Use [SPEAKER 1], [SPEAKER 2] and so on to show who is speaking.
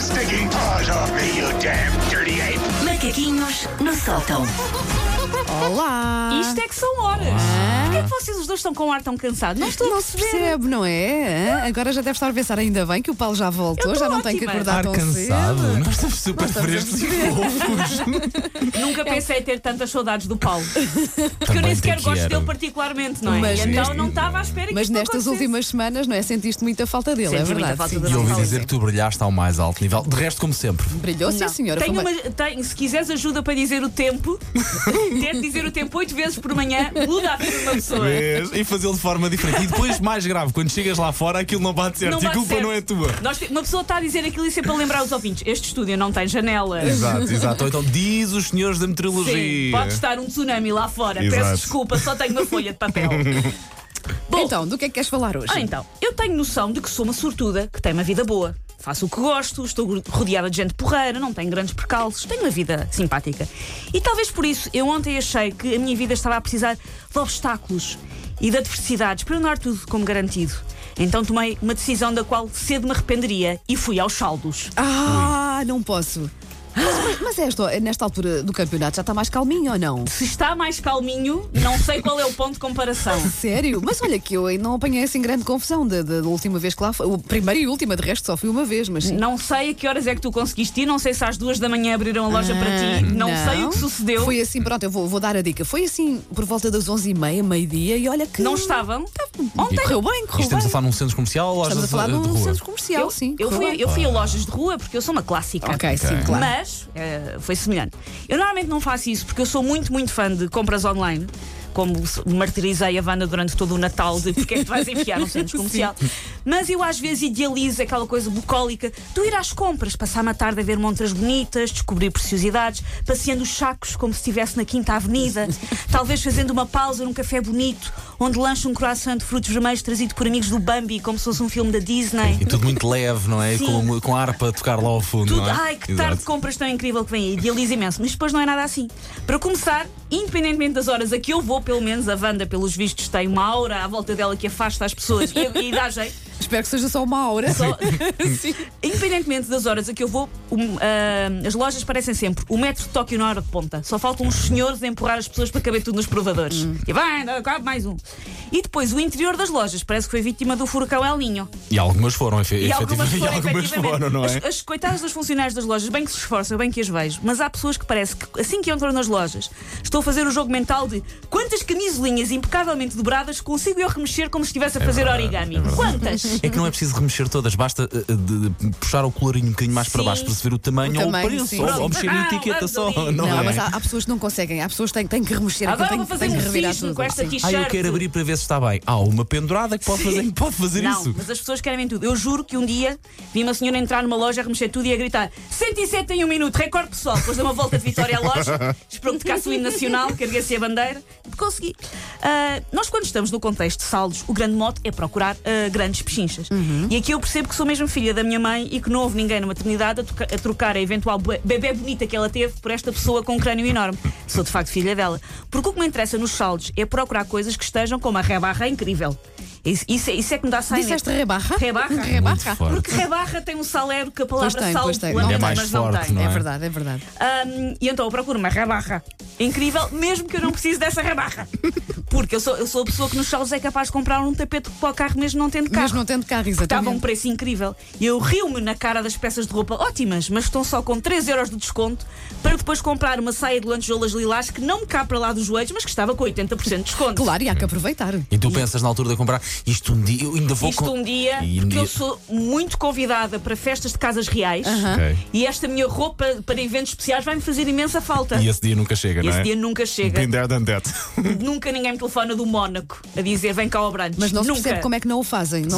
[SPEAKER 1] stinking paws off me, you damn dirty ape!
[SPEAKER 2] Macaquinhos no sótão.
[SPEAKER 3] é Olá!
[SPEAKER 4] Isto é que são horas. Porquê é que vocês os dois estão com o ar tão cansado? Não estou a
[SPEAKER 3] não se
[SPEAKER 4] perceber.
[SPEAKER 3] percebe, não é? Hã? Agora já deve estar a pensar, ainda bem que o Paulo já voltou,
[SPEAKER 4] Eu tô
[SPEAKER 3] já não tem que
[SPEAKER 4] ótima.
[SPEAKER 3] acordar tão
[SPEAKER 5] cansado.
[SPEAKER 3] cedo.
[SPEAKER 5] Nós estamos super
[SPEAKER 3] Nós estamos
[SPEAKER 5] frescos e fofos.
[SPEAKER 4] Nunca pensei ter tantas saudades do Paulo. Porque eu
[SPEAKER 5] É Também
[SPEAKER 4] nem sequer
[SPEAKER 5] tem que
[SPEAKER 4] gosto
[SPEAKER 5] era.
[SPEAKER 4] dele particularmente, não é?
[SPEAKER 3] Mas
[SPEAKER 4] E então
[SPEAKER 3] neste-
[SPEAKER 4] não estava à espera que
[SPEAKER 3] Mas
[SPEAKER 4] isto
[SPEAKER 3] nestas
[SPEAKER 4] acontecesse.
[SPEAKER 3] últimas semanas, não é? Sentiste muita falta dele,
[SPEAKER 2] Senti
[SPEAKER 3] é
[SPEAKER 2] muita
[SPEAKER 3] verdade.
[SPEAKER 2] falta
[SPEAKER 3] sim.
[SPEAKER 2] dele.
[SPEAKER 5] E ouvi
[SPEAKER 2] Não,
[SPEAKER 5] dizer
[SPEAKER 2] sim.
[SPEAKER 5] que tu brilhaste ao mais alto nível. De resto, como sempre.
[SPEAKER 3] Brilhou, sim,
[SPEAKER 4] Não.
[SPEAKER 3] senhora.
[SPEAKER 4] Tenho
[SPEAKER 3] foi
[SPEAKER 4] uma,
[SPEAKER 3] bem.
[SPEAKER 4] tenho- se quiseres ajuda para dizer o tempo, ter de dizer o tempo oito vezes por manhã muda a vida de uma pessoa.
[SPEAKER 5] Vês? E fazê-lo de forma diferente. E depois, mais grave, quando chegas lá fora, aquilo não bate certo
[SPEAKER 4] Não
[SPEAKER 5] e a
[SPEAKER 4] bate
[SPEAKER 5] culpa
[SPEAKER 4] certo.
[SPEAKER 5] não é tua.
[SPEAKER 4] Nós te- uma pessoa está a dizer aquilo e sempre a lembrar os ouvintes: este estúdio não tem janelas.
[SPEAKER 5] Exato, exato. Ou então diz os senhores da meteorologia.
[SPEAKER 4] Sim, pode estar um tsunami lá fora. Peço
[SPEAKER 5] Exato.
[SPEAKER 4] desculpa, só tenho uma folha de papel. Bom,
[SPEAKER 3] Então, do que é que queres falar hoje?
[SPEAKER 4] Ah, então, eu tenho noção de que sou uma sortuda, que tem uma vida boa. Faço o que gosto, estou rodeada de gente porreira, não tenho grandes percalços, tenho uma vida simpática. E talvez por isso eu ontem achei que a minha vida estava a precisar de obstáculos e de adversidades para eu não dar tudo como garantido. Então tomei uma decisão da qual cedo me arrependeria e fui aos saldos.
[SPEAKER 3] Ah, não posso. Mas, mas, mas é esta- nesta altura do campeonato já está mais calminho ou não?
[SPEAKER 4] Se está mais calminho, não sei qual é o ponto de comparação.
[SPEAKER 3] Sério? Mas olha que eu ainda não apanhei assim grande confusão da, da- da última vez que lá foi. O primeira e última, de resto só fui uma vez, mas sim.
[SPEAKER 4] Não sei a que horas é que tu conseguiste ir, não sei se às duas da manhã abriram a loja para
[SPEAKER 3] Ah,
[SPEAKER 4] ti, não, sei o que sucedeu.
[SPEAKER 3] Foi assim, pronto, eu vou, vou dar a dica. Foi assim por volta das 11h30, meio-dia, e olha que.
[SPEAKER 4] Não estavam?
[SPEAKER 3] Ontem correu bem,
[SPEAKER 5] E
[SPEAKER 3] correu
[SPEAKER 5] estamos a
[SPEAKER 3] bem.
[SPEAKER 5] falar num centro comercial ou
[SPEAKER 3] Estamos a
[SPEAKER 5] lojas
[SPEAKER 3] falar de
[SPEAKER 5] de
[SPEAKER 3] um
[SPEAKER 5] rua?
[SPEAKER 3] centro comercial,
[SPEAKER 4] eu,
[SPEAKER 3] sim.
[SPEAKER 4] Eu
[SPEAKER 3] correu
[SPEAKER 4] fui,
[SPEAKER 3] bem.
[SPEAKER 4] eu fui a lojas de rua porque eu sou uma clássica.
[SPEAKER 3] Ok, sim,
[SPEAKER 5] Ok.
[SPEAKER 3] claro.
[SPEAKER 4] Mas eh, foi semelhante. Eu normalmente não faço isso porque eu sou muito, muito fã de compras online. Como s- martirizei a Wanda durante todo o Natal de porque é que tu vais enfiar um centro comercial. Mas eu às vezes idealizo aquela coisa bucólica de eu ir às compras, passar uma tarde a ver montras bonitas, descobrir preciosidades, passeando os sacos como se estivesse na Quinta Avenida, talvez fazendo uma pausa num café bonito, onde lancho um croissant de frutos vermelhos trazido por amigos do Bambi, como se fosse um filme da Disney.
[SPEAKER 5] E tudo muito leve, não é?
[SPEAKER 4] Sim.
[SPEAKER 5] Com, com a harpa a tocar lá ao fundo.
[SPEAKER 4] Tudo,
[SPEAKER 5] não é?
[SPEAKER 4] ai, que
[SPEAKER 5] Exato.
[SPEAKER 4] tarde de compras tão incrível que vem aí, idealiza imenso, mas depois não é nada assim. Para começar, independentemente das horas a que eu vou, pelo menos a Wanda, pelos vistos, tem uma aura à volta dela que afasta as pessoas e, e dá jeito.
[SPEAKER 3] Espero que seja só uma hora. Sim.
[SPEAKER 4] Independentemente das horas a que eu vou, um, ah, as lojas parecem sempre o metro de Tóquio na hora de ponta. Só faltam uns senhores a empurrar as pessoas para caber tudo nos provadores. E vai, ainda cabe mais um. E depois o interior das lojas parece que foi vítima do furacão El Ninho.
[SPEAKER 5] E algumas foram, efe-
[SPEAKER 4] E algumas
[SPEAKER 5] efetivamente.
[SPEAKER 4] foram,
[SPEAKER 5] e algumas
[SPEAKER 4] efetivamente.
[SPEAKER 5] foram, não é?
[SPEAKER 4] As, as coitadas dos funcionários das lojas, bem que se esforçam, bem que as vejo, mas há pessoas que parece que assim que entram nas lojas, estou a fazer o jogo mental de quantas camisolinhas impecavelmente dobradas consigo eu remexer como se estivesse a fazer
[SPEAKER 5] verdade,
[SPEAKER 4] origami.
[SPEAKER 5] é verdade.
[SPEAKER 4] quantas?
[SPEAKER 5] É que não é preciso remexer todas, basta uh, uh, de- de puxar o colarinho um bocadinho mais para
[SPEAKER 4] Sim.
[SPEAKER 5] baixo para se ver o tamanho,
[SPEAKER 3] O
[SPEAKER 5] ou
[SPEAKER 3] tamanho,
[SPEAKER 5] o preço,
[SPEAKER 3] sim.
[SPEAKER 5] ou,
[SPEAKER 3] Pronto.
[SPEAKER 5] ou mexer na
[SPEAKER 4] Ah,
[SPEAKER 5] etiqueta
[SPEAKER 4] vamos
[SPEAKER 5] só.
[SPEAKER 4] ali.
[SPEAKER 5] Não,
[SPEAKER 3] Não,
[SPEAKER 5] é?
[SPEAKER 3] mas há, há pessoas que não conseguem, há pessoas que têm, têm que remexer.
[SPEAKER 4] Agora
[SPEAKER 3] têm,
[SPEAKER 4] vou fazer
[SPEAKER 3] têm
[SPEAKER 4] um
[SPEAKER 3] que revirar
[SPEAKER 4] cisne
[SPEAKER 3] tudo.
[SPEAKER 4] com esta
[SPEAKER 3] Sim.
[SPEAKER 4] t-shirt.
[SPEAKER 5] Ah, eu quero abrir para ver se está bem. Ah, uma pendurada que pode fazer, que pode fazer
[SPEAKER 4] Não,
[SPEAKER 5] isso.
[SPEAKER 4] mas as pessoas querem tudo. Eu juro que um dia vi uma senhora entrar numa loja, remexer tudo e a gritar 107 em um minuto, recorde pessoal. Depois deu uma volta de vitória à loja, esperou que tocasse o hino nacional, carregasse a bandeira. Consegui. Ah, nós, quando estamos no contexto de saldos, o grande mote é procurar ah, grandes pechinchas.
[SPEAKER 5] Uhum.
[SPEAKER 4] E aqui eu percebo que sou mesmo filha da minha mãe e que não houve ninguém na maternidade a, troca- a trocar a eventual be- bebê bonita que ela teve por esta pessoa com um crânio enorme. Sou de facto filha dela. Porque o que me interessa nos saldos é procurar coisas que estejam com uma rebarra incrível. Isso, isso é- isso é que me dá saída.
[SPEAKER 3] Disseste rebarra?
[SPEAKER 4] Rebarra?
[SPEAKER 3] Rebarra.
[SPEAKER 5] Muito forte.
[SPEAKER 4] Porque rebarra tem um salário que a
[SPEAKER 3] Pois
[SPEAKER 4] palavra
[SPEAKER 3] tem,
[SPEAKER 4] sal
[SPEAKER 3] pois tem.
[SPEAKER 4] lamenta,
[SPEAKER 3] Não é
[SPEAKER 5] mais
[SPEAKER 4] mas não
[SPEAKER 5] forte,
[SPEAKER 4] tem.
[SPEAKER 5] não
[SPEAKER 3] É
[SPEAKER 5] é?
[SPEAKER 3] verdade, é verdade.
[SPEAKER 4] Ahm, e então eu procuro uma rebarra incrível, mesmo que eu não precise dessa rebarra. Porque eu sou, eu sou a pessoa que nos saldos é capaz de comprar um tapete para o carro mesmo não tendo carro.
[SPEAKER 3] Mas não tendo carro,
[SPEAKER 4] Estava a um
[SPEAKER 3] exatamente.
[SPEAKER 4] preço incrível. E eu rio-me na cara das peças de roupa ótimas, mas estão só com 3 euros de desconto para depois comprar uma saia de lantejoulas lilás que não me cá para lá dos joelhos, mas que estava com 80% de desconto.
[SPEAKER 3] Claro, e há que aproveitar.
[SPEAKER 5] E tu pensas na altura de comprar isto um dia, eu ainda vou
[SPEAKER 4] Isto
[SPEAKER 5] com-
[SPEAKER 4] um dia,
[SPEAKER 5] E um
[SPEAKER 4] porque eu
[SPEAKER 5] dia-
[SPEAKER 4] sou muito convidada para festas de casas reais
[SPEAKER 5] Ok.
[SPEAKER 4] e esta minha roupa para eventos especiais vai-me fazer imensa falta.
[SPEAKER 5] E esse dia nunca chega,
[SPEAKER 4] E
[SPEAKER 5] não
[SPEAKER 4] esse
[SPEAKER 5] é?
[SPEAKER 4] dia nunca chega.
[SPEAKER 5] Been there, done that.
[SPEAKER 4] Nunca ninguém me telefona do Mónaco a dizer vem cá ao Brandes.
[SPEAKER 3] Mas não se
[SPEAKER 4] nunca.
[SPEAKER 3] percebe como é que não o fazem. Não